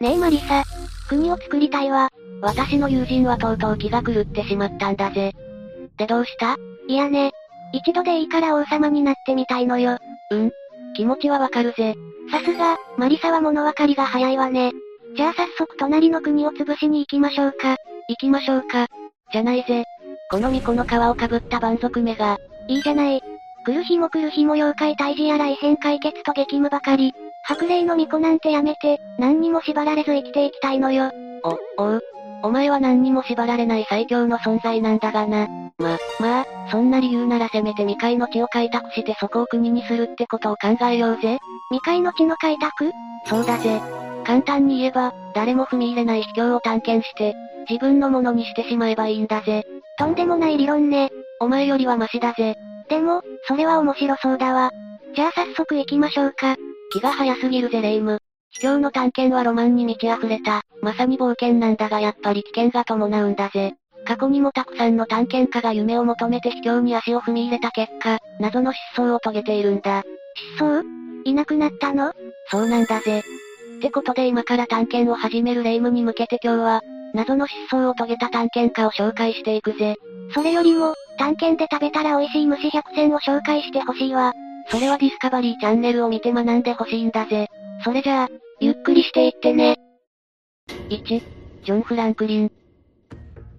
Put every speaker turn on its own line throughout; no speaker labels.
ねえマリサ、国を作りたいわ。
私の友人はとうとう気が狂ってしまったんだぜ。でどうした
いやね。一度でいいから王様になってみたいのよ。
うん。気持ちはわかるぜ。
さすが、マリサは物分かりが早いわね。じゃあ早速隣の国を潰しに行きましょうか。
行きましょうか。じゃないぜ。この巫女の皮をかぶった蛮族めが、
いいじゃない。来る日も来る日も妖怪退治やら異変解決と激務ばかり。白霊の巫女なんてやめて、何にも縛られず生きていきたいのよ。
お、おう。お前は何にも縛られない最強の存在なんだがな。ま、まあ、そんな理由ならせめて未開の地を開拓してそこを国にするってことを考えようぜ。
未開の地の開拓
そうだぜ。簡単に言えば、誰も踏み入れない秘境を探検して、自分のものにしてしまえばいいんだぜ。
とんでもない理論ね。
お前よりはマシだぜ。
でも、それは面白そうだわ。じゃあ早速行きましょうか。
気が早すぎるぜレイム。秘境の探検はロマンに満ち溢れた、まさに冒険なんだがやっぱり危険が伴うんだぜ。過去にもたくさんの探検家が夢を求めて秘境に足を踏み入れた結果、謎の失踪を遂げているんだ。
失踪いなくなったの
そうなんだぜ。ってことで今から探検を始める霊夢に向けて今日は、謎の失踪を遂げた探検家を紹介していくぜ。
それよりも、探検で食べたら美味しい虫百選を紹介してほしいわ。
それはディスカバリーチャンネルを見て学んでほしいんだぜ。それじゃあ、
ゆっくりしていってね。
1、ジョン・フランクリン。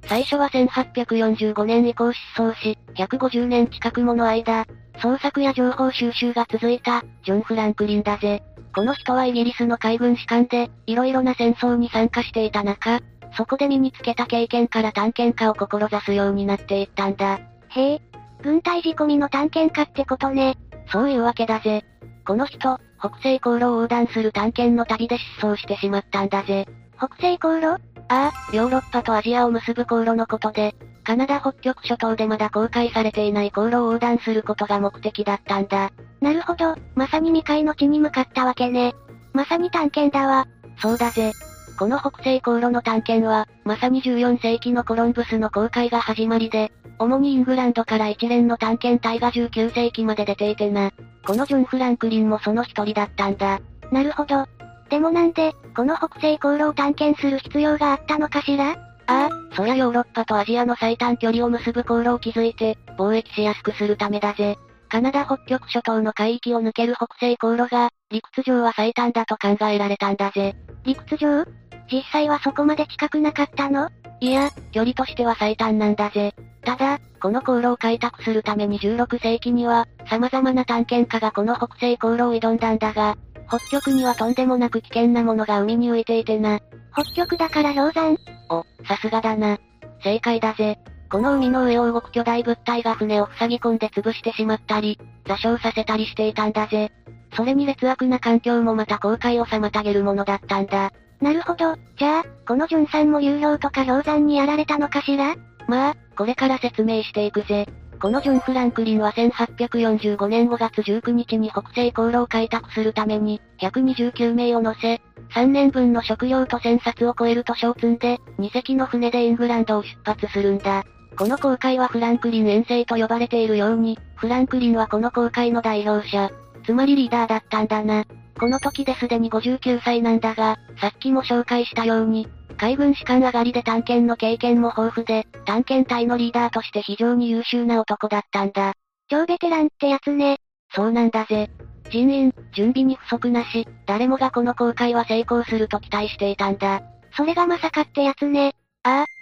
最初は1845年以降失踪し、150年近くもの間、捜索や情報収集が続いた、ジョン・フランクリンだぜ。この人はイギリスの海軍士官で、いろいろな戦争に参加していた中、そこで身につけた経験から探検家を志すようになっていったんだ。
へえ。軍隊仕込みの探検家ってことね。
そういうわけだぜ。この人、北西航路を横断する探検の旅で失踪してしまったんだぜ。
北西航路
ああ、ヨーロッパとアジアを結ぶ航路のことで、カナダ北極諸島でまだ公開されていない航路を横断することが目的だったんだ。
なるほど、まさに未開の地に向かったわけね。まさに探検だわ。
そうだぜ。この北西航路の探検は、まさに14世紀のコロンブスの航海が始まりで、主にイングランドから一連の探検隊が19世紀まで出ていてな。このジョン・フランクリンもその一人だったんだ。
なるほど。でもなんで、この北西航路を探検する必要があったのかしら
ああ、そりゃヨーロッパとアジアの最短距離を結ぶ航路を築いて、貿易しやすくするためだぜ。カナダ北極諸島の海域を抜ける北西航路が、理屈上は最短だと考えられたんだぜ。
理屈上実際はそこまで近くなかったの
いや、距離としては最短なんだぜ。ただ、この航路を開拓するために16世紀には、様々な探検家がこの北西航路を挑んだんだが、北極にはとんでもなく危険なものが海に浮いていてな。
北極だから氷山。
お、さすがだな。正解だぜ。この海の上を動く巨大物体が船を塞ぎ込んで潰してしまったり、座礁させたりしていたんだぜ。それに劣悪な環境もまた航海を妨げるものだったんだ。
なるほど。じゃあ、このジョンさんも流氷とか氷山にやられたのかしら
まあ、これから説明していくぜ。このジョン・フランクリンは1845年5月19日に北西航路を開拓するために、129名を乗せ、3年分の食料と1000冊を超える図書を積んで、2隻の船でイングランドを出発するんだ。この航海はフランクリン遠征と呼ばれているように、フランクリンはこの航海の代表者、つまりリーダーだったんだな。この時ですでに59歳なんだが、さっきも紹介したように、海軍士官上がりで探検の経験も豊富で、探検隊のリーダーとして非常に優秀な男だったんだ。
超ベテランってやつね。
そうなんだぜ。人員、準備に不足なし、誰もがこの航海は成功すると期待していたんだ。
それがまさかってやつね。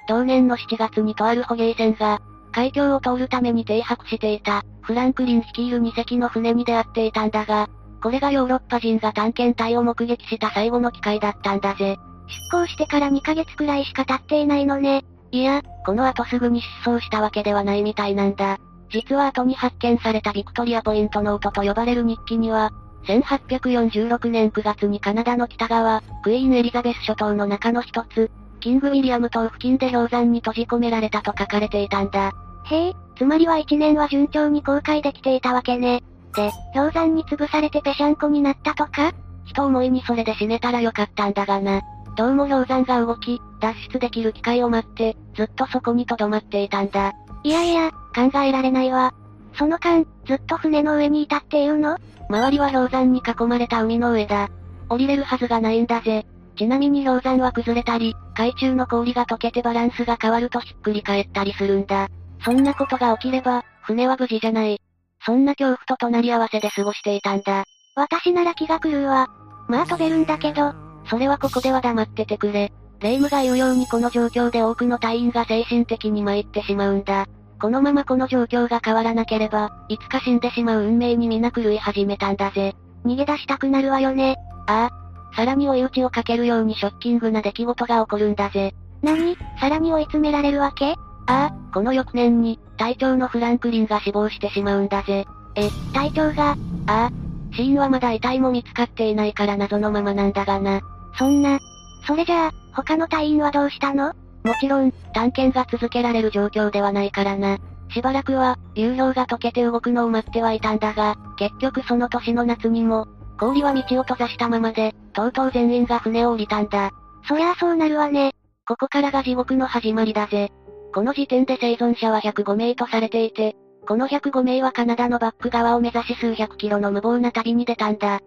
同年の7月にとある捕鯨船が、海峡を通るために停泊していた、フランクリン率いる2隻の船に出会っていたんだが、これがヨーロッパ人が探検隊を目撃した最後の機会だったんだぜ。
出航してから2ヶ月くらいしか経っていないのね。
いや、この後すぐに失踪したわけではないみたいなんだ。実は後に発見されたビクトリアポイントノートと呼ばれる日記には、1846年9月にカナダの北側、クイーンエリザベス諸島の中の一つ、キングウィリアム島付近で氷山に閉じ込められたと書かれていたんだ。
へえ、つまりは1年は順調に公開できていたわけね。で、氷山に潰されてペシャンコになったとか
人思いにそれで死ねたらよかったんだがな。どうも氷山が動き、脱出できる機会を待って、ずっとそこに留まっていたんだ。
いやいや、考えられないわ。その間、ずっと船の上にいたっていうの
周りは氷山に囲まれた海の上だ。降りれるはずがないんだぜ。ちなみに氷山は崩れたり、海中の氷が溶けてバランスが変わるとひっくり返ったりするんだ。そんなことが起きれば、船は無事じゃない。そんな恐怖と隣り合わせで過ごしていたんだ。
私なら気が狂うわ。まあ飛べるんだけど、
それはここでは黙っててくれ。霊夢が言うようにこの状況で多くの隊員が精神的に参ってしまうんだ。このままこの状況が変わらなければ、いつか死んでしまう運命に皆狂い始めたんだぜ。
逃げ出したくなるわよね。
ああ。さらに追い打ちをかけるようにショッキングな出来事が起こるんだぜ。
何さらに追い詰められるわけ
ああ、この翌年に、隊長のフランクリンが死亡してしまうんだぜ。
え、隊長が、
ああ。死因はまだ遺体も見つかっていないから謎のままなんだがな。
そんな。それじゃあ、他の隊員はどうしたの
もちろん、探検が続けられる状況ではないからな。しばらくは、流氷が溶けて動くのを待ってはいたんだが、結局その年の夏にも、氷は道を閉ざしたままで、とうとう全員が船を降りたんだ。
そりゃあそうなるわね。
ここからが地獄の始まりだぜ。この時点で生存者は105名とされていて、この105名はカナダのバック側を目指し数百キロの無謀な旅に出たんだ。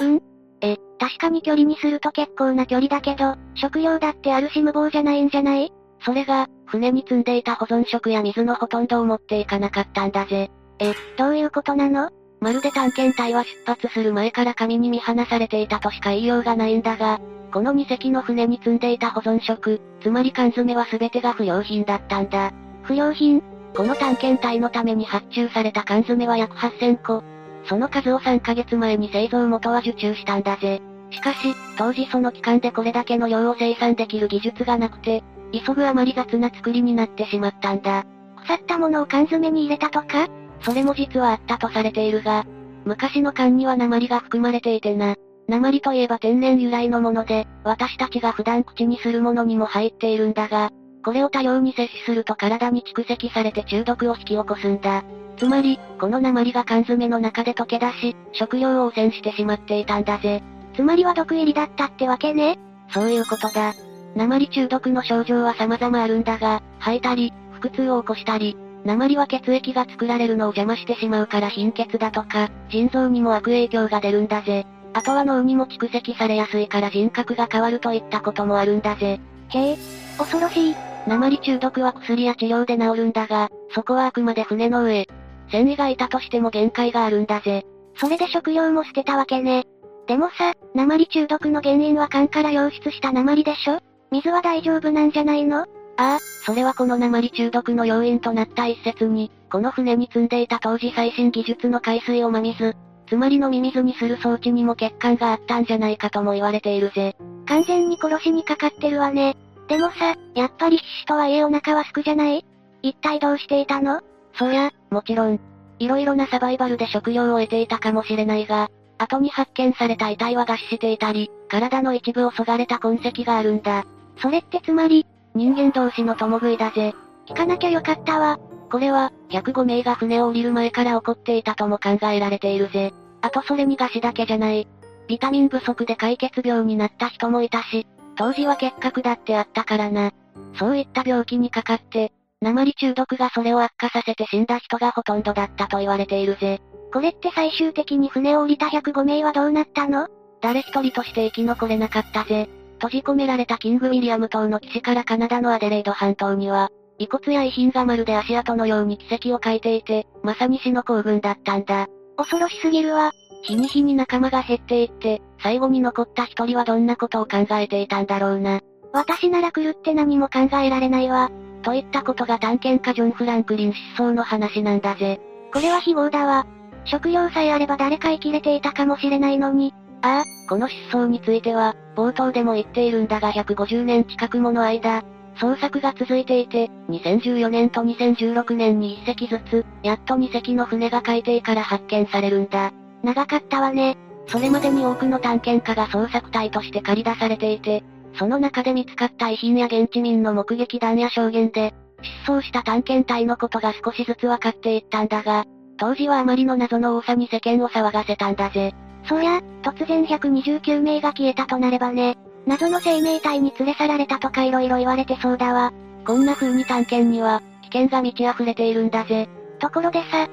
うんえ、確かに距離にすると結構な距離だけど、食料だってあるし無謀じゃないんじゃない
それが、船に積んでいた保存食や水のほとんどを持っていかなかったんだぜ。
え、どういうことなの
まるで探検隊は出発する前から神に見放されていたとしか言いようがないんだが、この2隻の船に積んでいた保存食、つまり缶詰は全てが不良品だったんだ。
不良品
この探検隊のために発注された缶詰は約8000個。その数を3ヶ月前に製造元は受注したんだぜ。しかし、当時その期間でこれだけの量を生産できる技術がなくて、急ぐあまり雑な作りになってしまったんだ。
腐ったものを缶詰に入れたとか
それも実はあったとされているが、昔の缶には鉛が含まれていてな。鉛といえば天然由来のもので、私たちが普段口にするものにも入っているんだが、これを多量に摂取すると体に蓄積されて中毒を引き起こすんだ。つまり、この鉛が缶詰の中で溶け出し、食料を汚染してしまっていたんだぜ。
つまりは毒入りだったってわけね。
そういうことだ。鉛中毒の症状は様々あるんだが、吐いたり、腹痛を起こしたり、鉛は血液が作られるのを邪魔してしまうから貧血だとか、腎臓にも悪影響が出るんだぜ。あとは脳にも蓄積されやすいから人格が変わるといったこともあるんだぜ。
へえ、恐ろしい。
鉛中毒は薬や治療で治るんだが、そこはあくまで船の上。繊維がいたとしても限界があるんだぜ。
それで食料も捨てたわけね。でもさ、鉛中毒の原因は缶から溶出した鉛でしょ水は大丈夫なんじゃないの
ああ、それはこの鉛中毒の要因となった一節に、この船に積んでいた当時最新技術の海水を真水、つまり飲み水にする装置にも欠陥があったんじゃないかとも言われているぜ。
完全に殺しにかかってるわね。でもさ、やっぱり必死とはいえお腹はすくじゃない一体どうしていたの
そりゃ、もちろん、いろいろなサバイバルで食料を得ていたかもしれないが、後に発見された遺体は餓死していたり、体の一部を削がれた痕跡があるんだ。
それってつまり、
人間同士の共食いだぜ。
聞かなきゃよかったわ。
これは、105名が船を降りる前から起こっていたとも考えられているぜ。あとそれに餓死だけじゃない。ビタミン不足で解決病になった人もいたし、当時は結核だってあったからな。そういった病気にかかって、鉛中毒がそれを悪化させて死んだ人がほとんどだったと言われているぜ。
これって最終的に船を降りた105名はどうなったの
誰一人として生き残れなかったぜ。閉じ込められたキングウィリアム島の岸からカナダのアデレード半島には、遺骨や遺品がまるで足跡のように奇跡を欠いていて、まさに死の行軍だったんだ。
恐ろしすぎるわ。
日に日に仲間が減っていって、最後に残った一人はどんなことを考えていたんだろうな。
私なら狂って何も考えられないわ。
といったことが探検家ジョン・フランクリン失踪の話なんだぜ。
これは非合だわ。食料さえあれば誰か生きれていたかもしれないのに。
ああ、この失踪については、冒頭でも言っているんだが150年近くもの間、捜索が続いていて、2014年と2016年に1隻ずつ、やっと2隻の船が海底から発見されるんだ。
長かったわね。
それまでに多くの探検家が捜索隊として駆り出されていて、その中で見つかった遺品や現地民の目撃談や証言で、失踪した探検隊のことが少しずつ分かっていったんだが、当時はあまりの謎の多さに世間を騒がせたんだぜ。
そりゃ、突然129名が消えたとなればね、謎の生命体に連れ去られたとか色々言われてそうだわ。
こんな風に探検には、危険が満ち溢れているんだぜ。
ところでさ、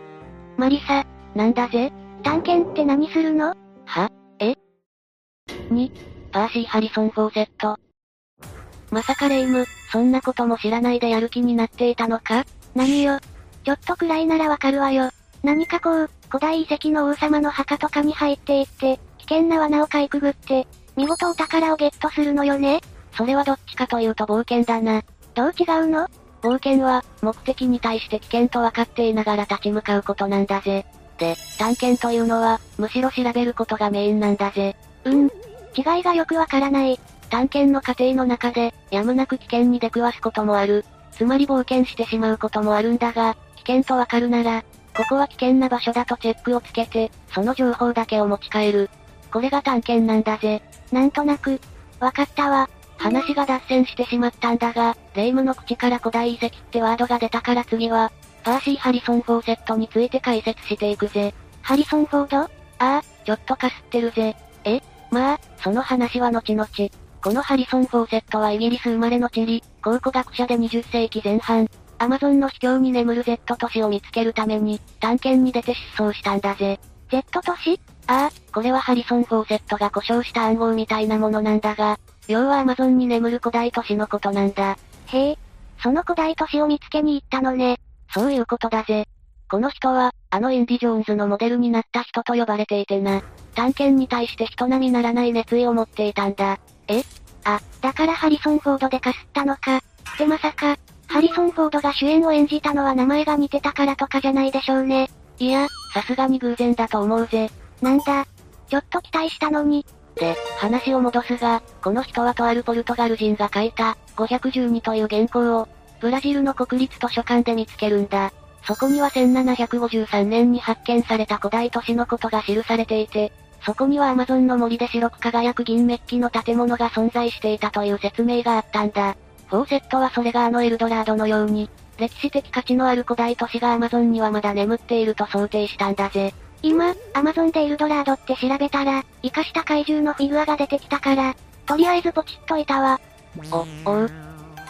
マリサ、
なんだぜ
探検って何するの
はえに、パーシー・ハリソン・フォーセット。まさかレイム、そんなことも知らないでやる気になっていたのか
何よ。ちょっとくらいならわかるわよ。何かこう、古代遺跡の王様の墓とかに入っていって、危険な罠をかいくぐって、見事お宝をゲットするのよね。
それはどっちかというと冒険だな。
どう違うの
冒険は、目的に対して危険と分かっていながら立ち向かうことなんだぜ。で、探検というのは、むしろ調べることがメインなんだぜ。
うん。違いがよくわからない。
探検の過程の中で、やむなく危険に出くわすこともある。つまり冒険してしまうこともあるんだが、危険とわかるなら、ここは危険な場所だとチェックをつけて、その情報だけを持ち帰る。これが探検なんだぜ。
なんとなく。わかったわ。
話が脱線してしまったんだが、レイムの口から古代遺跡ってワードが出たから次は、パーシー・ハリソン・フォーセットについて解説していくぜ。
ハリソン・フォード
ああ、ちょっとかすってるぜ。えまあ、その話は後々。このハリソン・フォーセットはイギリス生まれのチリ、考古学者で20世紀前半、アマゾンの秘境に眠る Z 都市を見つけるために、探検に出て失踪したんだぜ。
?Z 都市
ああ、これはハリソン・フォーセットが故障した暗号みたいなものなんだが、要はアマゾンに眠る古代都市のことなんだ。
へえ。その古代都市を見つけに行ったのね。
そういうことだぜ。この人は、あのインディ・ジョーンズのモデルになった人と呼ばれていてな。探検に対して人並みならない熱意を持っていたんだ。
あ、だからハリソン・フォードでかすったのか。ってまさか、ハリソン・フォードが主演を演じたのは名前が似てたからとかじゃないでしょうね。
いや、さすがに偶然だと思うぜ。
なんだ。ちょっと期待したのに、
で、話を戻すが、この人はとあるポルトガル人が書いた、512という原稿を、ブラジルの国立図書館で見つけるんだ。そこには1753年に発見された古代都市のことが記されていて、そこにはアマゾンの森で白く輝く銀メッキの建物が存在していたという説明があったんだ。フォーセットはそれがあのエルドラードのように、歴史的価値のある古代都市がアマゾンにはまだ眠っていると想定したんだぜ。
今、アマゾンでエルドラードって調べたら、生かした怪獣のフィギュアが出てきたから、とりあえずポチッといたわ。
お、おう。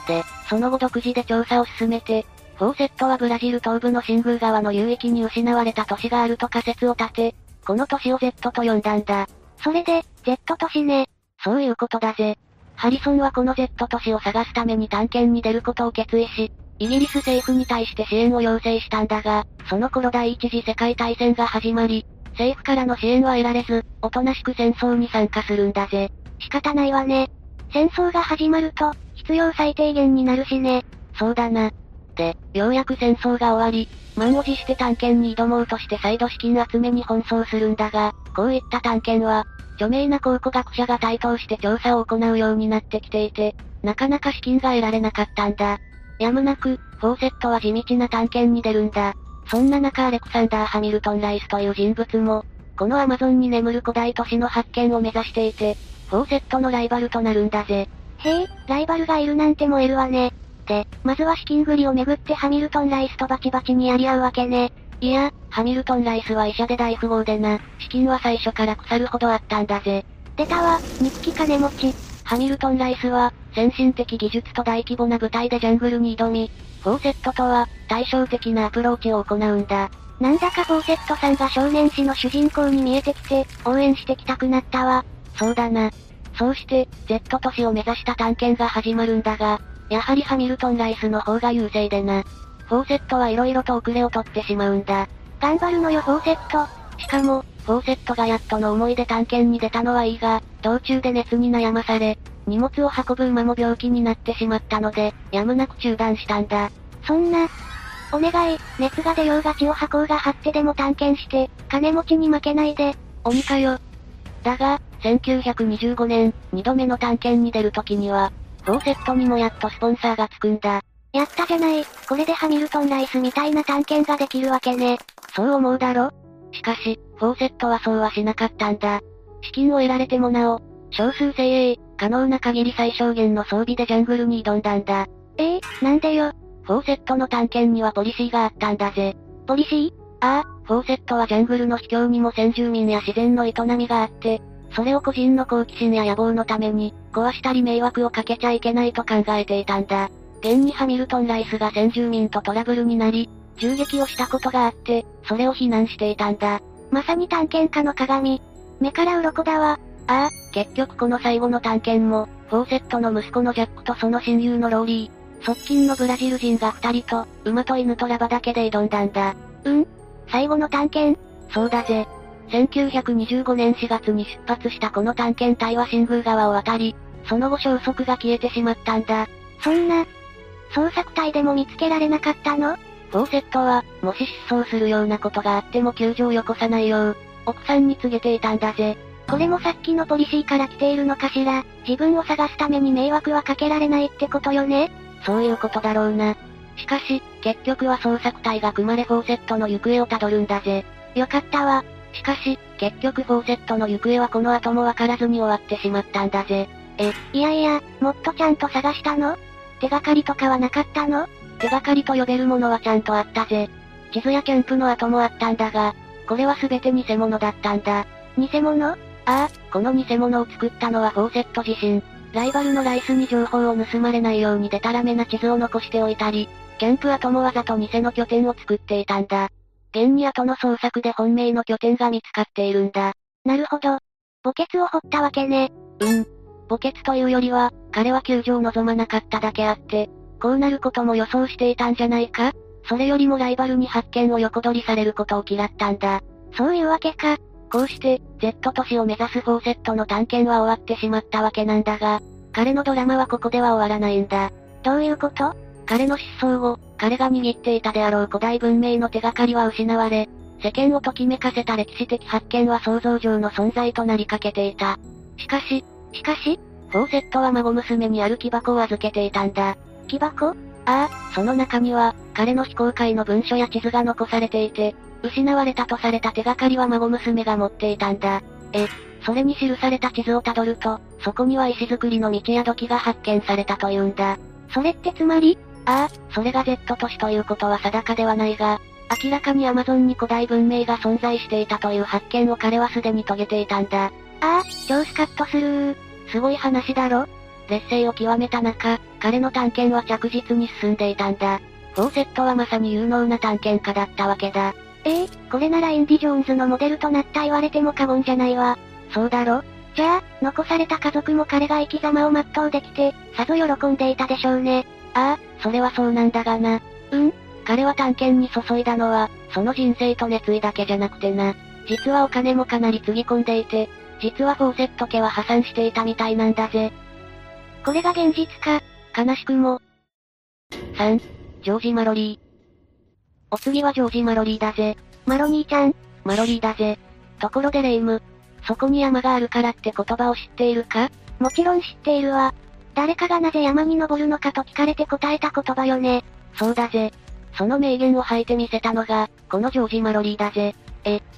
で、その後独自で調査を進めて、フォーセットはブラジル東部の新宮川の流域に失われた都市があると仮説を立て、この都市を Z と呼んだんだ。
それで、Z 都市ね。
そういうことだぜ。ハリソンはこの Z 都市を探すために探検に出ることを決意し、イギリス政府に対して支援を要請したんだが、その頃第一次世界大戦が始まり、政府からの支援は得られず、おとなしく戦争に参加するんだぜ。
仕方ないわね。戦争が始まると、必要最低限になるしね。
そうだな。で、ようやく戦争が終わり、満を持して探検に挑もうとして再度資金集めに奔走するんだが、こういった探検は、著名な考古学者が台頭して調査を行うようになってきていて、なかなか資金が得られなかったんだ。やむなく、フォーセットは地道な探検に出るんだ。そんな中アレクサンダー・ハミルトン・ライスという人物も、このアマゾンに眠る古代都市の発見を目指していて、フォーセットのライバルとなるんだぜ。
へえ、ライバルがいるなんて燃えるわね。で、まずは資金繰りをめぐってハミルトン・ライスとバチバチにやり合うわけね。
いや、ハミルトン・ライスは医者で大富豪でな、資金は最初から腐るほどあったんだぜ。
出たわ、憎き金持ち。
ハミルトン・ライスは、先進的技術と大規模な舞台でジャングルに挑み、フォーセットとは、対照的なアプローチを行うんだ。
なんだかフォーセットさんが少年誌の主人公に見えてきて、応援してきたくなったわ。
そうだな。そうして、Z 都市を目指した探検が始まるんだが、やはりハミルトン・ライスの方が優勢でな。フォーセットはいろいろと遅れを取ってしまうんだ。
頑張るのよ、フォーセット。
しかも、フォーセットがやっとの思いで探検に出たのはいいが、道中で熱に悩まされ、荷物を運ぶ馬も病気になってしまったので、やむなく中断したんだ。
そんな。お願い、熱が出ようが血を吐こうが張ってでも探検して、金持ちに負けないで。
鬼かよ。だが、1925年、2度目の探検に出る時には、フォーセットにもやっとスポンサーがつくんだ。
やったじゃない、これでハミルトン・ライスみたいな探検ができるわけね。
そう思うだろしかし、フォーセットはそうはしなかったんだ。資金を得られてもなお、少数精鋭、可能な限り最小限の装備でジャングルに挑んだんだ。
ええなんでよ、
フォーセットの探検にはポリシーがあったんだぜ。
ポリシー
ああ、フォーセットはジャングルの秘境にも先住民や自然の営みがあって、それを個人の好奇心や野望のために、壊したり迷惑をかけちゃいけないと考えていたんだ。現にハミルトン・ライスが先住民とトラブルになり、銃撃をしたことがあって、それを非難していたんだ。
まさに探検家の鏡。目から鱗だわ。
ああ、結局この最後の探検も、フォーセットの息子のジャックとその親友のローリー、側近のブラジル人が二人と、馬と犬とラバだけで挑んだんだ。
うん最後の探検
そうだぜ。1925年4月に出発したこの探検隊は新宮川を渡り、その後消息が消えてしまったんだ。
そんな、捜索隊でも見つけられなかったの
フォーセットは、もし失踪するようなことがあっても救助をよこさないよう、奥さんに告げていたんだぜ。
これもさっきのポリシーから来ているのかしら自分を探すために迷惑はかけられないってことよね
そういうことだろうな。しかし、結局は捜索隊が組まれフォーセットの行方をたどるんだぜ。
よかったわ。
しかし、結局フォーセットの行方はこの後もわからずに終わってしまったんだぜ。
え、いやいや、もっとちゃんと探したの手がかりとかはなかったの
手がかりと呼べるものはちゃんとあったぜ。地図やキャンプの後もあったんだが、これは全て偽物だったんだ。
偽物
ああ、この偽物を作ったのはフォーセット自身。ライバルのライスに情報を盗まれないようにデタラメな地図を残しておいたり、キャンプ後もわざと偽の拠点を作っていたんだ。現に後の捜索で本命の拠点が見つかっているんだ。
なるほど。墓穴を掘ったわけね。
うん。墓穴というよりは、彼は救助を望まなかっただけあって、こうなることも予想していたんじゃないかそれよりもライバルに発見を横取りされることを嫌ったんだ。
そういうわけか。
こうして、Z 都市を目指すフォーセットの探検は終わってしまったわけなんだが、彼のドラマはここでは終わらないんだ。
どういうこと
彼の失踪後、彼が握っていたであろう古代文明の手がかりは失われ、世間をときめかせた歴史的発見は想像上の存在となりかけていた。しかし、
しかし、
フォーセットは孫娘に歩き箱を預けていたんだ。
木箱
ああ、その中には、彼の非公開の文書や地図が残されていて、失われたとされた手がかりは孫娘が持っていたんだ。え、それに記された地図をたどると、そこには石造りの道や土器が発見されたというんだ。
それってつまり
ああ、それが Z 都市ということは定かではないが、明らかにアマゾンに古代文明が存在していたという発見を彼はすでに遂げていたんだ。
ああ、超スカッとするー。
すごい話だろ劣勢を極めた中、彼の探検は着実に進んでいたんだ。フォーセットはまさに有能な探検家だったわけだ。
ええこれならインディ・ジョーンズのモデルとなった言われても過言じゃないわ。
そうだろ
じゃあ、残された家族も彼が生き様を全うできて、さぞ喜んでいたでしょうね。
ああ、それはそうなんだがな。うん彼は探検に注いだのは、その人生と熱意だけじゃなくてな。実はお金もかなりつぎ込んでいて、実はフォーセット家は破産していたみたいなんだぜ。
これが現実か。
悲しくも。3、ジョージ・マロリー。お次はジョージ・マロリーだぜ。
マロニーちゃん、
マロリーだぜ。ところでレイム。そこに山があるからって言葉を知っているか
もちろん知っているわ。誰かがなぜ山に登るのかと聞かれて答えた言葉よね。
そうだぜ。その名言を吐いてみせたのが、このジョージ・マロリーだぜ。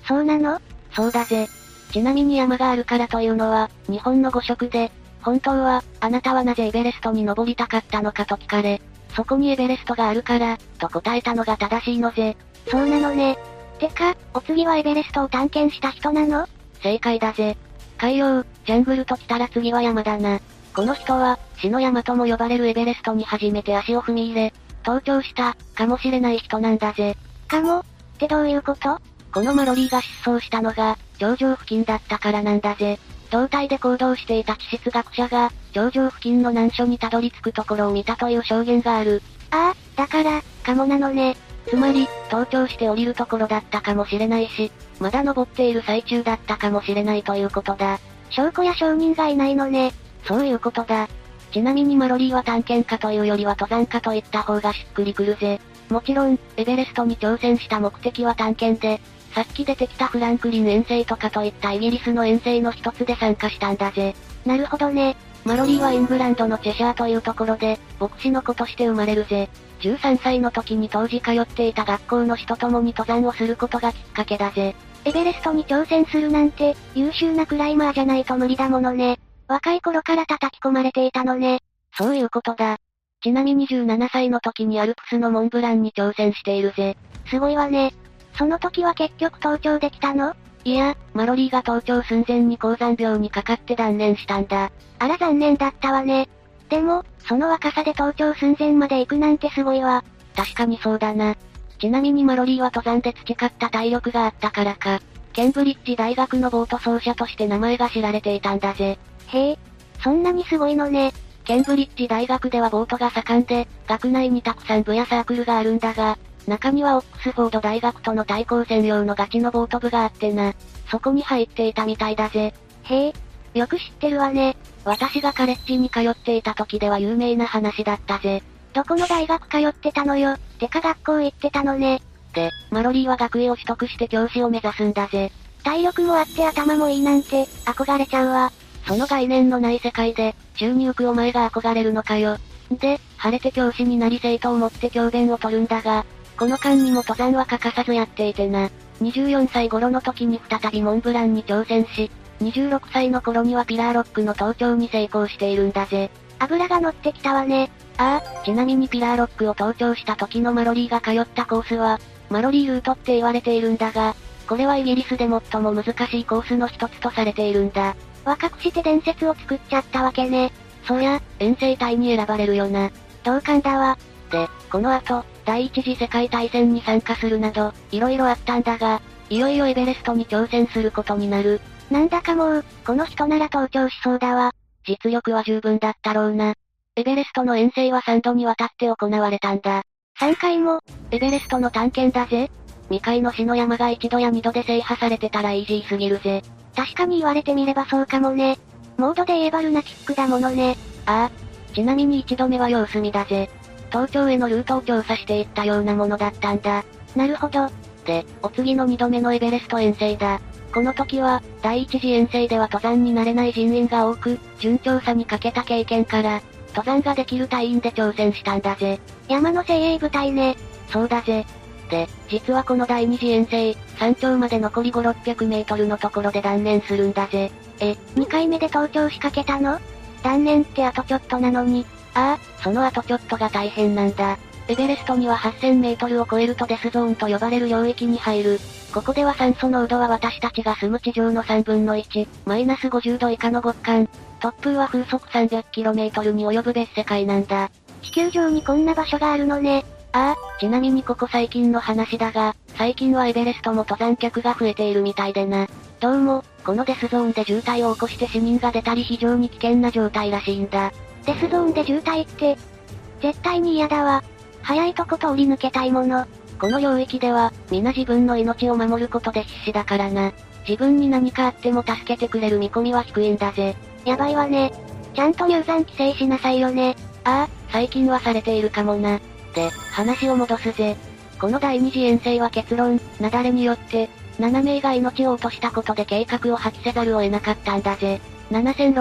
そうなの
そうだぜ。ちなみに山があるからというのは、日本の語色で、本当は、あなたはなぜエベレストに登りたかったのかと聞かれ、そこにエベレストがあるから、と答えたのが正しいのぜ。
そうなのね。てか、お次はエベレストを探検した人なの
正解だぜ。海洋、ジャングルと来たら次は山だな。この人は、死の山とも呼ばれるエベレストに初めて足を踏み入れ、登頂した、かもしれない人なんだぜ。
かもってどういうこと
このマロリーが失踪したのが、頂上付近だったからなんだぜ。胴体で行動していた地質学者が、頂上付近の難所にたどり着くところを見たという証言がある。
ああ、だから、かもなのね。
つまり、登頂して降りるところだったかもしれないし、まだ登っている最中だったかもしれないということだ。
証拠や証人がいないのね。
そういうことだ。ちなみにマロリーは探検家というよりは登山家といった方がしっくりくるぜ。もちろん、エベレストに挑戦した目的は探検で、さっき出てきたフランクリン遠征とかといったイギリスの遠征の一つで参加したんだぜ。
なるほどね。
マロリーはイングランドのチェシャーというところで、牧師の子として生まれるぜ。13歳の時に当時通っていた学校の人ともに登山をすることがきっかけだぜ。
エベレストに挑戦するなんて、優秀なクライマーじゃないと無理だものね。若い頃から叩き込まれていたのね。
そういうことだ。ちなみに17歳の時にアルプスのモンブランに挑戦しているぜ。
すごいわね。その時は結局登頂できたの
いや、マロリーが登頂寸前に高山病にかかって断念したんだ。
あら残念だったわね。でも、その若さで登頂寸前まで行くなんてすごいわ。
確かにそうだな。ちなみにマロリーは登山で培った体力があったからか、ケンブリッジ大学のボート奏者として名前が知られていたんだぜ。
へえ。そんなにすごいのね。
ケンブリッジ大学ではボートが盛んで、学内にたくさん部やサークルがあるんだが、中にはオックスフォード大学との対抗戦用のガチのボート部があってな。そこに入っていたみたいだぜ。
へえ。よく知ってるわね。
私がカレッジに通っていた時では有名な話だったぜ。
どこの大学通ってたのよ。てか学校行ってたのね。
で、マロリーは学位を取得して教師を目指すんだぜ。
体力もあって頭もいいなんて、憧れちゃうわ。
その概念のない世界で、宙に浮くお前が憧れるのかよ。で、晴れて教師になり生徒を持って教鞭を取るんだが、この間にも登山は欠かさずやっていてな。24歳頃の時に再びモンブランに挑戦し、26歳の頃にはピラーロックの登頂に成功しているんだぜ。
油が乗ってきたわね。
ああ、ちなみにピラーロックを登頂した時のマロリーが通ったコースは、マロリールートって言われているんだが、これはイギリスで最も難しいコースの一つとされているんだ。
若くして伝説を作っちゃったわけね。
そりゃ、遠征隊に選ばれるよな。
同感だわ。
で、この後、第一次世界大戦に参加するなど、いろいろあったんだが、いよいよエベレストに挑戦することになる。
なんだかもう、この人なら登頂しそうだわ。
実力は十分だったろうな。エベレストの遠征は3度にわたって行われたんだ。
3回も、
エベレストの探検だぜ。未開の死の山が一度や二度で制覇されてたらイージーすぎるぜ。
確かに言われてみればそうかもね。モードで言えばルナチックだものね。
ああ。ちなみに一度目は様子見だぜ。東京へのルートを調査していったようなものだったんだ。
なるほど。
で、お次の二度目のエベレスト遠征だ。この時は、第一次遠征では登山に慣れない人員が多く、順調さに欠けた経験から、登山ができる隊員で挑戦したんだぜ。
山の精鋭部隊ね。
そうだぜ。で、実はこの第二次遠征、山頂まで残り5、600メートルのところで断念するんだぜ。
え、2回目で登頂しかけたの断念ってあとちょっとなのに。
ああ、その後ちょっとが大変なんだ。エベレストには8000メートルを超えるとデスゾーンと呼ばれる領域に入る。ここでは酸素濃度は私たちが住む地上の3分の1、マイナス50度以下の極寒。突風は風速 300km に及ぶ別世界なんだ。
地球上にこんな場所があるのね。
ああ、ちなみにここ最近の話だが、最近はエベレストも登山客が増えているみたいでな。どうも、このデスゾーンで渋滞を起こして死人が出たり非常に危険な状態らしいんだ。
デスゾーンで渋滞って、絶対に嫌だわ。早いとこ通り抜けたいもの。
この領域では、皆自分の命を守ることで必死だからな。自分に何かあっても助けてくれる見込みは低いんだぜ。
やばいわね。ちゃんと入山規制しなさいよね。
ああ、最近はされているかもな。で、話を戻すぜ。この第二次遠征は結論、雪崩によって、7名が命を落としたことで計画を破棄せざるを得なかったんだぜ。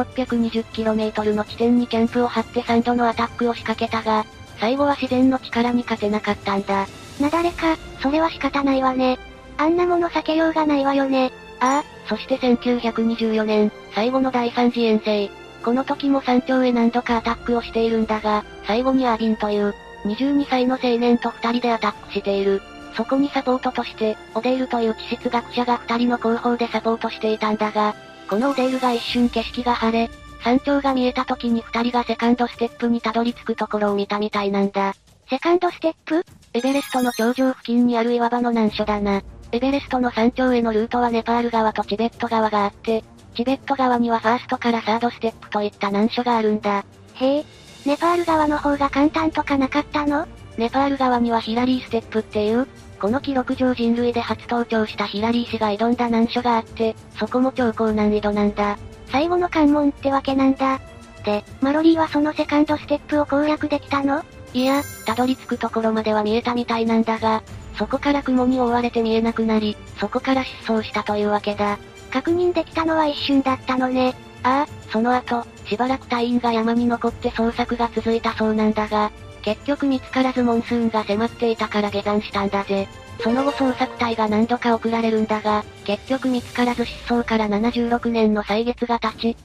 7620km の地点にキャンプを張って3度のアタックを仕掛けたが、最後は自然の力に勝てなかったんだ。
雪崩か、それは仕方ないわね。あんなもの避けようがないわよね。
ああ、そして1924年、最後の第三次遠征。この時も山頂へ何度かアタックをしているんだが、最後にアービンという、22歳の青年と2人でアタックしている。そこにサポートとして、オデールという地質学者が2人の後方でサポートしていたんだが、このオデールが一瞬景色が晴れ、山頂が見えた時に2人がセカンドステップにたどり着くところを見たみたいなんだ。
セカンドステップ
エベレストの頂上付近にある岩場の難所だな。エベレストの山頂へのルートはネパール側とチベット側があって、チベット側にはファーストからサードステップといった難所があるんだ。
へえ、ネパール側の方が簡単とかなかったの
ネパール側にはヒラリーステップっていう、この記録上人類で初登頂したヒラリー氏が挑んだ難所があって、そこも超高難易度なんだ。
最後の関門ってわけなんだ。で、マロリーはそのセカンドステップを攻略できたの
いや、たどり着くところまでは見えたみたいなんだが、そこから雲に覆われて見えなくなり、そこから失踪したというわけだ。
確認できたのは一瞬だったのね。
ああ、その後、しばらく隊員が山に残って捜索が続いたそうなんだが、結局見つからずモンスーンが迫っていたから下山したんだぜ。その後捜索隊が何度か送られるんだが、結局見つからず失踪から76年の歳月が経ち、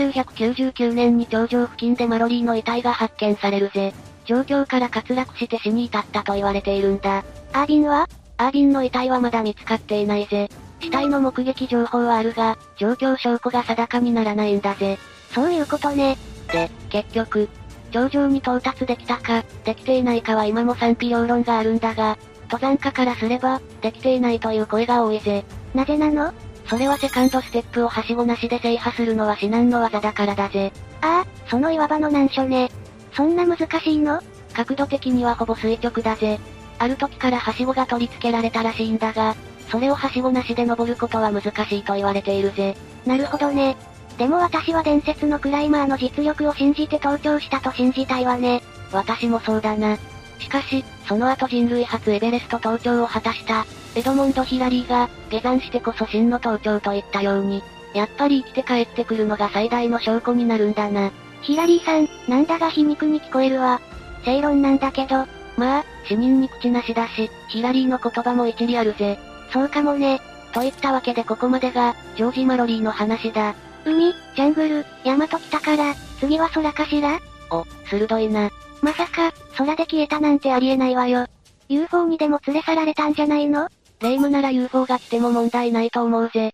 1999年に頂上付近でマロリーの遺体が発見されるぜ。状況から滑落して死に至ったと言われているんだ。
アービンは
アービンの遺体はまだ見つかっていないぜ。死体の目撃情報はあるが、状況証拠が定かにならないんだぜ。
そういうことね。
で、結局、頂上に到達できたか、できていないかは今も賛否両論があるんだが、登山家からすれば、できていないという声が多いぜ。
なぜなの
それはセカンドステップをはしごなしで制覇するのは至難の技だからだぜ。
ああ、その岩場の難所ね。そんな難しいの
角度的にはほぼ垂直だぜ。ある時からはしごが取り付けられたらしいんだが、それをはしごなしで登ることは難しいと言われているぜ。
なるほどね。でも私は伝説のクライマーの実力を信じて登頂したと信じたいわね。
私もそうだな。しかし、その後人類初エベレスト登頂を果たした、エドモンド・ヒラリーが、下山してこそ真の登頂と言ったように、やっぱり生きて帰ってくるのが最大の証拠になるんだな。
ヒラリーさん、なんだが皮肉に聞こえるわ。正論なんだけど、
まあ、死人に口なしだし、ヒラリーの言葉も一理あるぜ。
そうかもね。
といったわけでここまでが、ジョージ・マロリーの話だ。
海、ジャングル、山と北から、次は空かしら
お、鋭いな。
まさか、空で消えたなんてありえないわよ。UFO にでも連れ去られたんじゃないの
霊夢なら UFO が来ても問題ないと思うぜ。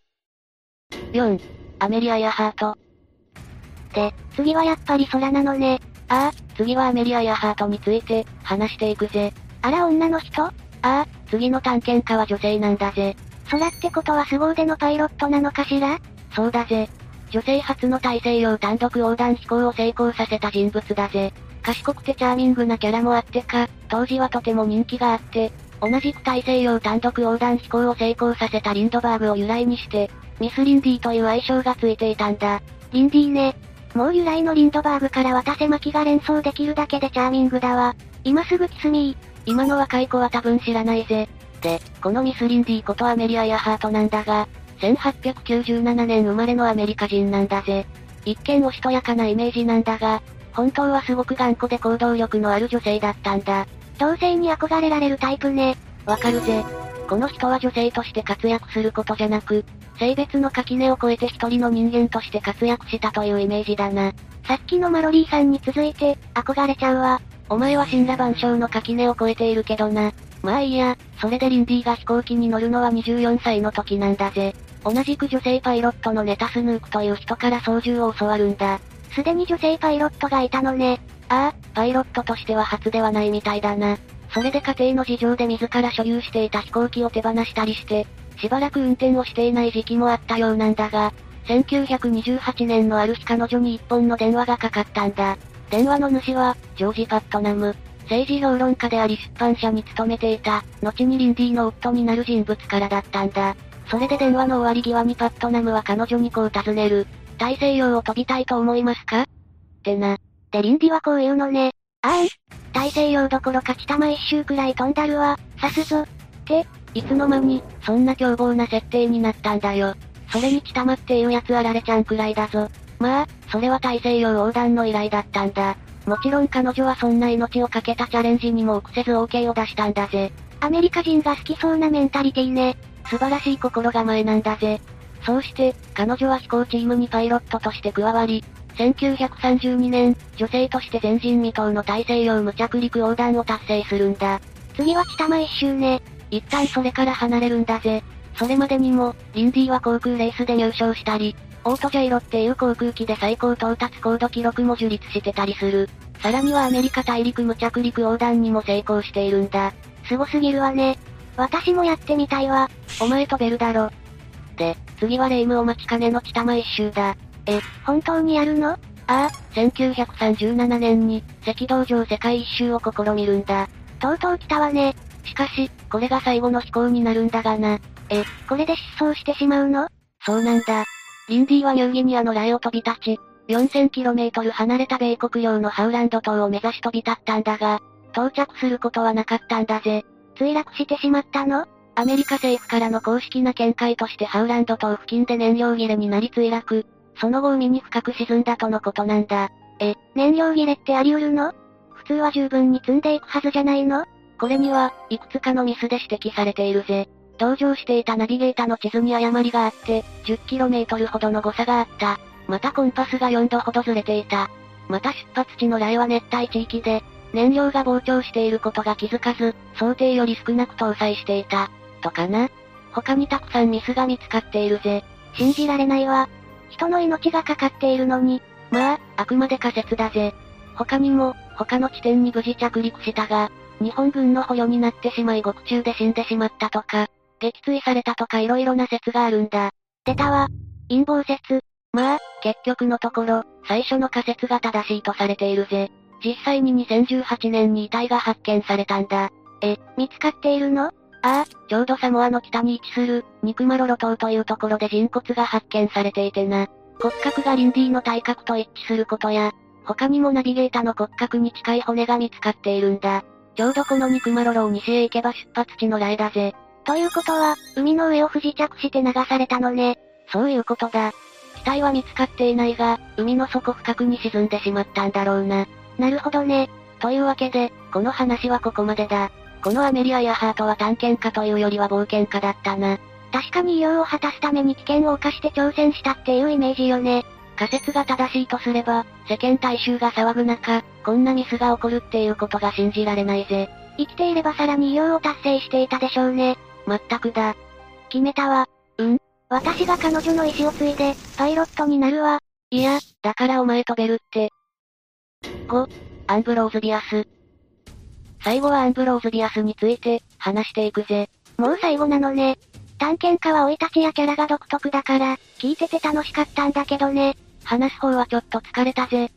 4、アメリア・ヤハート。
で、次はやっぱり空なのね。
ああ、次はアメリア・ヤハートについて、話していくぜ。
あら女の人あ
あ、次の探検家は女性なんだぜ。
空ってことは凄腕のパイロットなのかしら
そうだぜ。女性初の大西洋単独横断飛行を成功させた人物だぜ。賢くてチャーミングなキャラもあってか、当時はとても人気があって、同じく大西洋単独横断飛行を成功させたリンドバーグを由来にして、ミス・リンディという愛称がついていたんだ。
リンディね。もう由来のリンドバーグから渡瀬巻が連想できるだけでチャーミングだわ。今すぐキスミー。
今の若い子は多分知らないぜ。で、このミス・リンディことアメリア・ヤハートなんだが、1897年生まれのアメリカ人なんだぜ。一見おしとやかなイメージなんだが、本当はすごく頑固で行動力のある女性だったんだ。
同性に憧れられるタイプね。
わかるぜ。この人は女性として活躍することじゃなく、性別の垣根を越えて一人の人間として活躍したというイメージだな。
さっきのマロリーさんに続いて、憧れちゃうわ。
お前は神羅万象の垣根を越えているけどな。まあいいや、それでリンディが飛行機に乗るのは24歳の時なんだぜ。同じく女性パイロットのネタスヌークという人から操縦を教わるんだ。
すでに女性パイロットがいたのね。
ああ、パイロットとしては初ではないみたいだな。それで家庭の事情で自ら所有していた飛行機を手放したりして、しばらく運転をしていない時期もあったようなんだが、1928年のある日彼女に一本の電話がかかったんだ。電話の主は、ジョージ・パットナム。政治評論家であり出版社に勤めていた、後にリンディの夫になる人物からだったんだ。それで電話の終わり際にパットナムは彼女にこう尋ねる。大西洋を飛びたいと思いますかってな。
でリンディはこう言うのね。あん。大西洋どころか地玉一周くらい飛んだるわ、刺すぞ。って、
いつの間に、そんな凶暴な設定になったんだよ。それに地玉っていうやつあられちゃんくらいだぞ。まあ、それは大西洋横断の依頼だったんだ。もちろん彼女はそんな命を懸けたチャレンジにも臆せず OK を出したんだぜ。
アメリカ人が好きそうなメンタリティね。
素晴らしい心構えなんだぜ。そうして、彼女は飛行チームにパイロットとして加わり、1932年、女性として前人未到の大西洋無着陸横断を達成するんだ。
次は北前一周ね。
一旦それから離れるんだぜ。それまでにも、リンディは航空レースで入賞したり、オートジャイロっていう航空機で最高到達高度記録も樹立してたりする。さらにはアメリカ大陸無着陸横断にも成功しているんだ。
すごすぎるわね。私もやってみたいわ。
お前飛べるだろ。で、次は霊夢お待ちかねの北間一周だ。
え、本当にやるのあ
あ、1937年に、赤道上世界一周を試みるんだ。
とうとう来たわね。
しかし、これが最後の飛行になるんだがな。
え、これで失踪してしまうの
そうなんだ。リンディはニューギニアのライを飛び立ち、4000km 離れた米国領のハウランド島を目指し飛び立ったんだが、到着することはなかったんだぜ。
墜落してしまったの
アメリカ政府からの公式な見解としてハウランド島付近で燃料切れになり墜落、その後海に深く沈んだとのことなんだ。
え、燃料切れってあり得るの普通は十分に積んでいくはずじゃないの
これには、いくつかのミスで指摘されているぜ。同乗していたナビゲーターの地図に誤りがあって、10km ほどの誤差があった。またコンパスが4度ほどずれていた。また出発地の雷は熱帯地域で、燃料が膨張していることが気づかず、想定より少なく搭載していた。とかな他にたくさんミスが見つかっているぜ。
信じられないわ。人の命がかかっているのに。
まあ、あくまで仮説だぜ。他にも、他の地点に無事着陸したが、日本軍の捕虜になってしまい獄中で死んでしまったとか、撃墜されたとか色々な説があるんだ。
出たわ。陰謀説。
まあ、結局のところ、最初の仮説が正しいとされているぜ。実際に2018年に遺体が発見されたんだ。
え、見つかっているの
ああ、ちょうどサモアの北に位置する、ニクマロロ島というところで人骨が発見されていてな。骨格がリンディの体格と一致することや、他にもナビゲータの骨格に近い骨が見つかっているんだ。ちょうどこのニクマロロを西へ行けば出発地のライだぜ。
ということは、海の上を不時着して流されたのね。
そういうことだ。機体は見つかっていないが、海の底深くに沈んでしまったんだろうな。
なるほどね。
というわけで、この話はここまでだ。このアメリア・ヤハートは探検家というよりは冒険家だったな。
確かに偉業を果たすために危険を冒して挑戦したっていうイメージよね。
仮説が正しいとすれば、世間大衆が騒ぐ中、こんなミスが起こるっていうことが信じられないぜ。
生きていればさらに偉業を達成していたでしょうね。
まったくだ。
決めたわ。
うん
私が彼女の意思を継いで、パイロットになるわ。
いや、だからお前飛べるって。5、アンブローズ・ビアス。最後はアンブローズ・ビアスについて、話していくぜ。
もう最後なのね。探検家は生い立ちやキャラが独特だから、聞いてて楽しかったんだけどね。
話す方はちょっと疲れたぜ。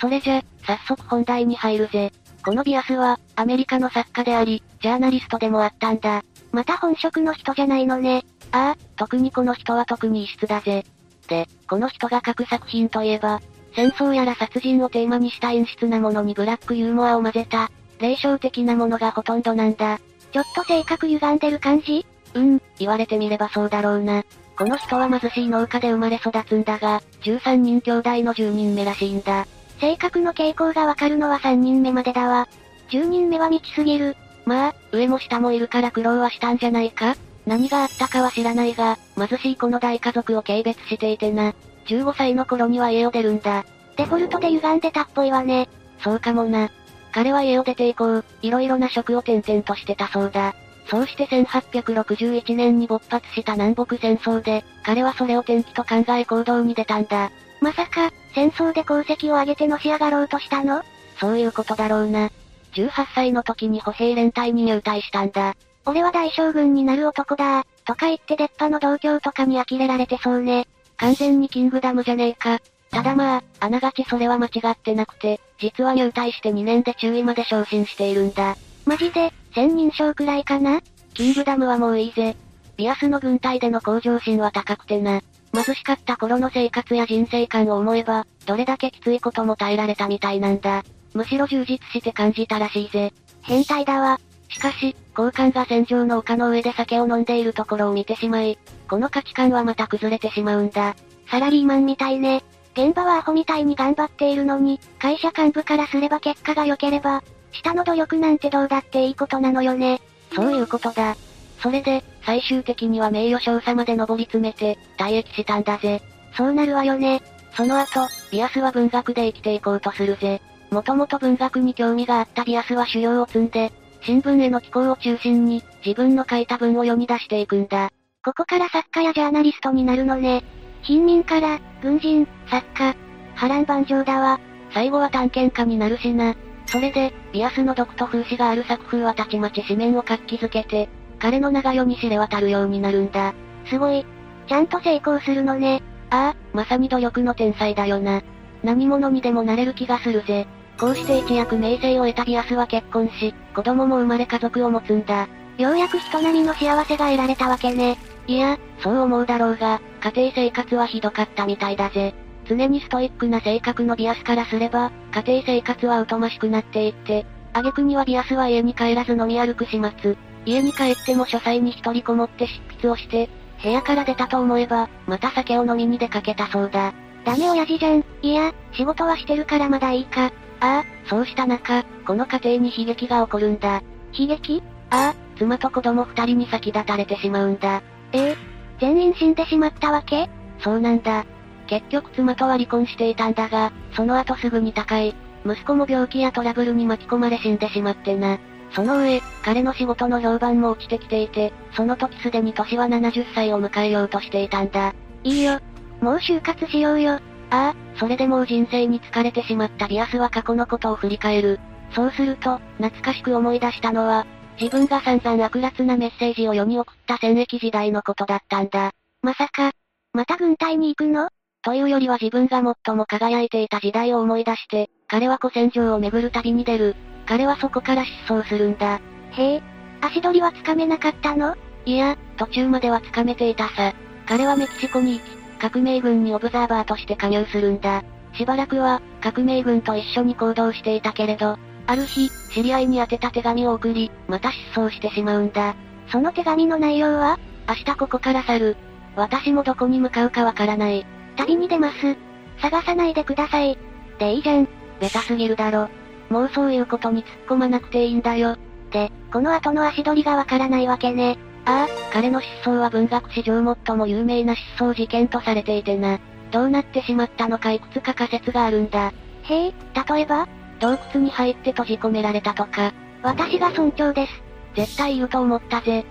それじゃ、早速本題に入るぜ。このビアスは、アメリカの作家であり、ジャーナリストでもあったんだ。
また本職の人じゃないのね。
ああ、特にこの人は特に異質だぜ。で、この人が書く作品といえば、戦争やら殺人をテーマにした陰湿なものにブラックユーモアを混ぜた、霊障的なものがほとんどなんだ。
ちょっと性格歪んでる感じ
うん、言われてみればそうだろうな。この人は貧しい農家で生まれ育つんだが、13人兄弟の10人目らしいんだ。
性格の傾向がわかるのは3人目までだわ。10人目は道すぎる。
まあ、上も下もいるから苦労はしたんじゃないか何があったかは知らないが、貧しいこの大家族を軽蔑していてな。15歳の頃には家を出るんだ。
デフォルトで歪んでたっぽいわね。
そうかもな。彼は家を出て以降、いろいろな職を転々としてたそうだ。そうして1861年に勃発した南北戦争で、彼はそれを転機と考え行動に出たんだ。
まさか、戦争で功績を上げてのし上がろうとしたの
そういうことだろうな。18歳の時に歩兵連隊に入隊したんだ。
俺は大将軍になる男だとか言って出っ歯の同郷とかに呆れられてそうね。
完全にキングダムじゃねえか。ただまあ、あながちそれは間違ってなくて、実は入隊して2年で中尉まで昇進しているんだ。
マジで、千人称くらいかな
キングダムはもういいぜ。ビアスの軍隊での向上心は高くてな。貧しかった頃の生活や人生観を思えば、どれだけきついことも耐えられたみたいなんだ。むしろ充実して感じたらしいぜ。
変態だわ。
しかし、高官が戦場の丘の上で酒を飲んでいるところを見てしまい、この価値観はまた崩れてしまうんだ。
サラリーマンみたいね。現場はアホみたいに頑張っているのに、会社幹部からすれば結果が良ければ、下の努力なんてどうだっていいことなのよね。
そういうことだ。それで、最終的には名誉少佐まで上り詰めて、退役したんだぜ。
そうなるわよね。
その後、ビアスは文学で生きていこうとするぜ。もともと文学に興味があったビアスは修行を積んで、新聞への寄稿を中心に、自分の書いた文を世に出していくんだ。
ここから作家やジャーナリストになるのね。貧民から、軍人、作家、波乱万丈だわ。
最後は探検家になるしな。それで、ビアスの毒と風刺がある作風はたちまち紙面を活気づけて、彼の長世に知れ渡るようになるんだ。
すごい。ちゃんと成功するのね。
ああ、まさに努力の天才だよな。何者にでもなれる気がするぜ。こうして一躍名声を得たビアスは結婚し、子供も生まれ家族を持つんだ。
ようやく人並みの幸せが得られたわけね。
いや、そう思うだろうが、家庭生活はひどかったみたいだぜ。常にストイックな性格のビアスからすれば、家庭生活は疎ましくなっていって、挙句にはビアスは家に帰らず飲み歩く始末。家に帰っても書斎に一人こもって執筆をして、部屋から出たと思えば、また酒を飲みに出かけたそうだ。
ダメ親父じゃん。いや、仕事はしてるからまだいいか。
ああ、そうした中、この家庭に悲劇が起こるんだ。
悲劇
ああ、妻と子供二人に先立たれてしまうんだ。
ええ全員死んでしまったわけ
そうなんだ。結局妻とは離婚していたんだが、その後すぐに他界。息子も病気やトラブルに巻き込まれ死んでしまってな。その上、彼の仕事の評判も落ちてきていて、その時すでに年は70歳を迎えようとしていたんだ。
いいよ。もう就活しようよ。
ああ、それでもう人生に疲れてしまったビアスは過去のことを振り返る。そうすると、懐かしく思い出したのは、自分が散々悪辣なメッセージを世に送った戦役時代のことだったんだ。
まさか、また軍隊に行くの
というよりは自分が最も輝いていた時代を思い出して、彼は古戦場を巡る旅に出る。彼はそこから失踪するんだ。
へえ、足取りはつかめなかったの
いや、途中まではつかめていたさ。彼はメキシコに行き、革命軍にオブザーバーとして加入するんだ。しばらくは、革命軍と一緒に行動していたけれど、ある日、知り合いに宛てた手紙を送り、また失踪してしまうんだ。
その手紙の内容は
明日ここから去る。私もどこに向かうかわからない。
旅に出ます。探さないでください。
でいいじゃん。ベタすぎるだろ。もうそういうことに突っ込まなくていいんだよ。
で、この後の足取りがわからないわけね。
ああ、彼の失踪は文学史上最も有名な失踪事件とされていてな。どうなってしまったのかいくつか仮説があるんだ。
へえ、例えば
洞窟に入って閉じ込められたとか。
私が村長です。
絶対言うと思ったぜ。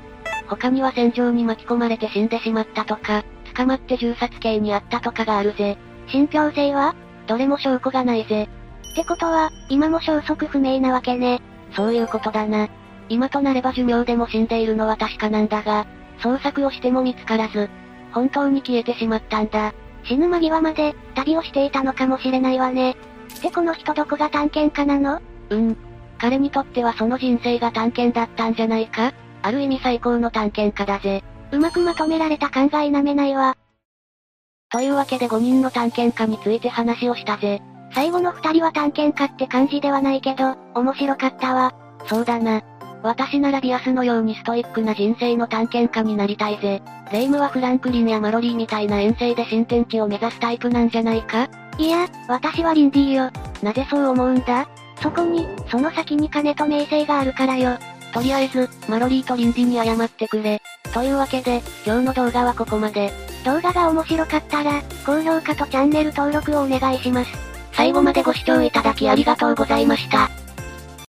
他には戦場に巻き込まれて死んでしまったとか、捕まって銃殺刑にあったとかがあるぜ。
信憑性は
どれも証拠がないぜ。
ってことは、今も消息不明なわけね。
そういうことだな。今となれば寿命でも死んでいるのは確かなんだが、捜索をしても見つからず、本当に消えてしまったんだ。
死ぬ間際まで、旅をしていたのかもしれないわね。ってこの人どこが探検家なの
うん。彼にとってはその人生が探検だったんじゃないかある意味最高の探検家だぜ。
うまくまとめられた考えなめないわ。
というわけで5人の探検家について話をしたぜ。
最後の2人は探検家って感じではないけど、面白かったわ。
そうだな。私ならビアスのようにストイックな人生の探検家になりたいぜ。レイムはフランクリンやマロリーみたいな遠征で新天地を目指すタイプなんじゃないか
いや、私はリンディよ。
なぜそう思うんだ
そこに、その先に金と名声があるからよ。
とりあえず、マロリーとリンディに謝ってくれ。というわけで、今日の動画はここまで。
動画が面白かったら、高評価とチャンネル登録をお願いします。
最後までご視聴いただきありがとうございました。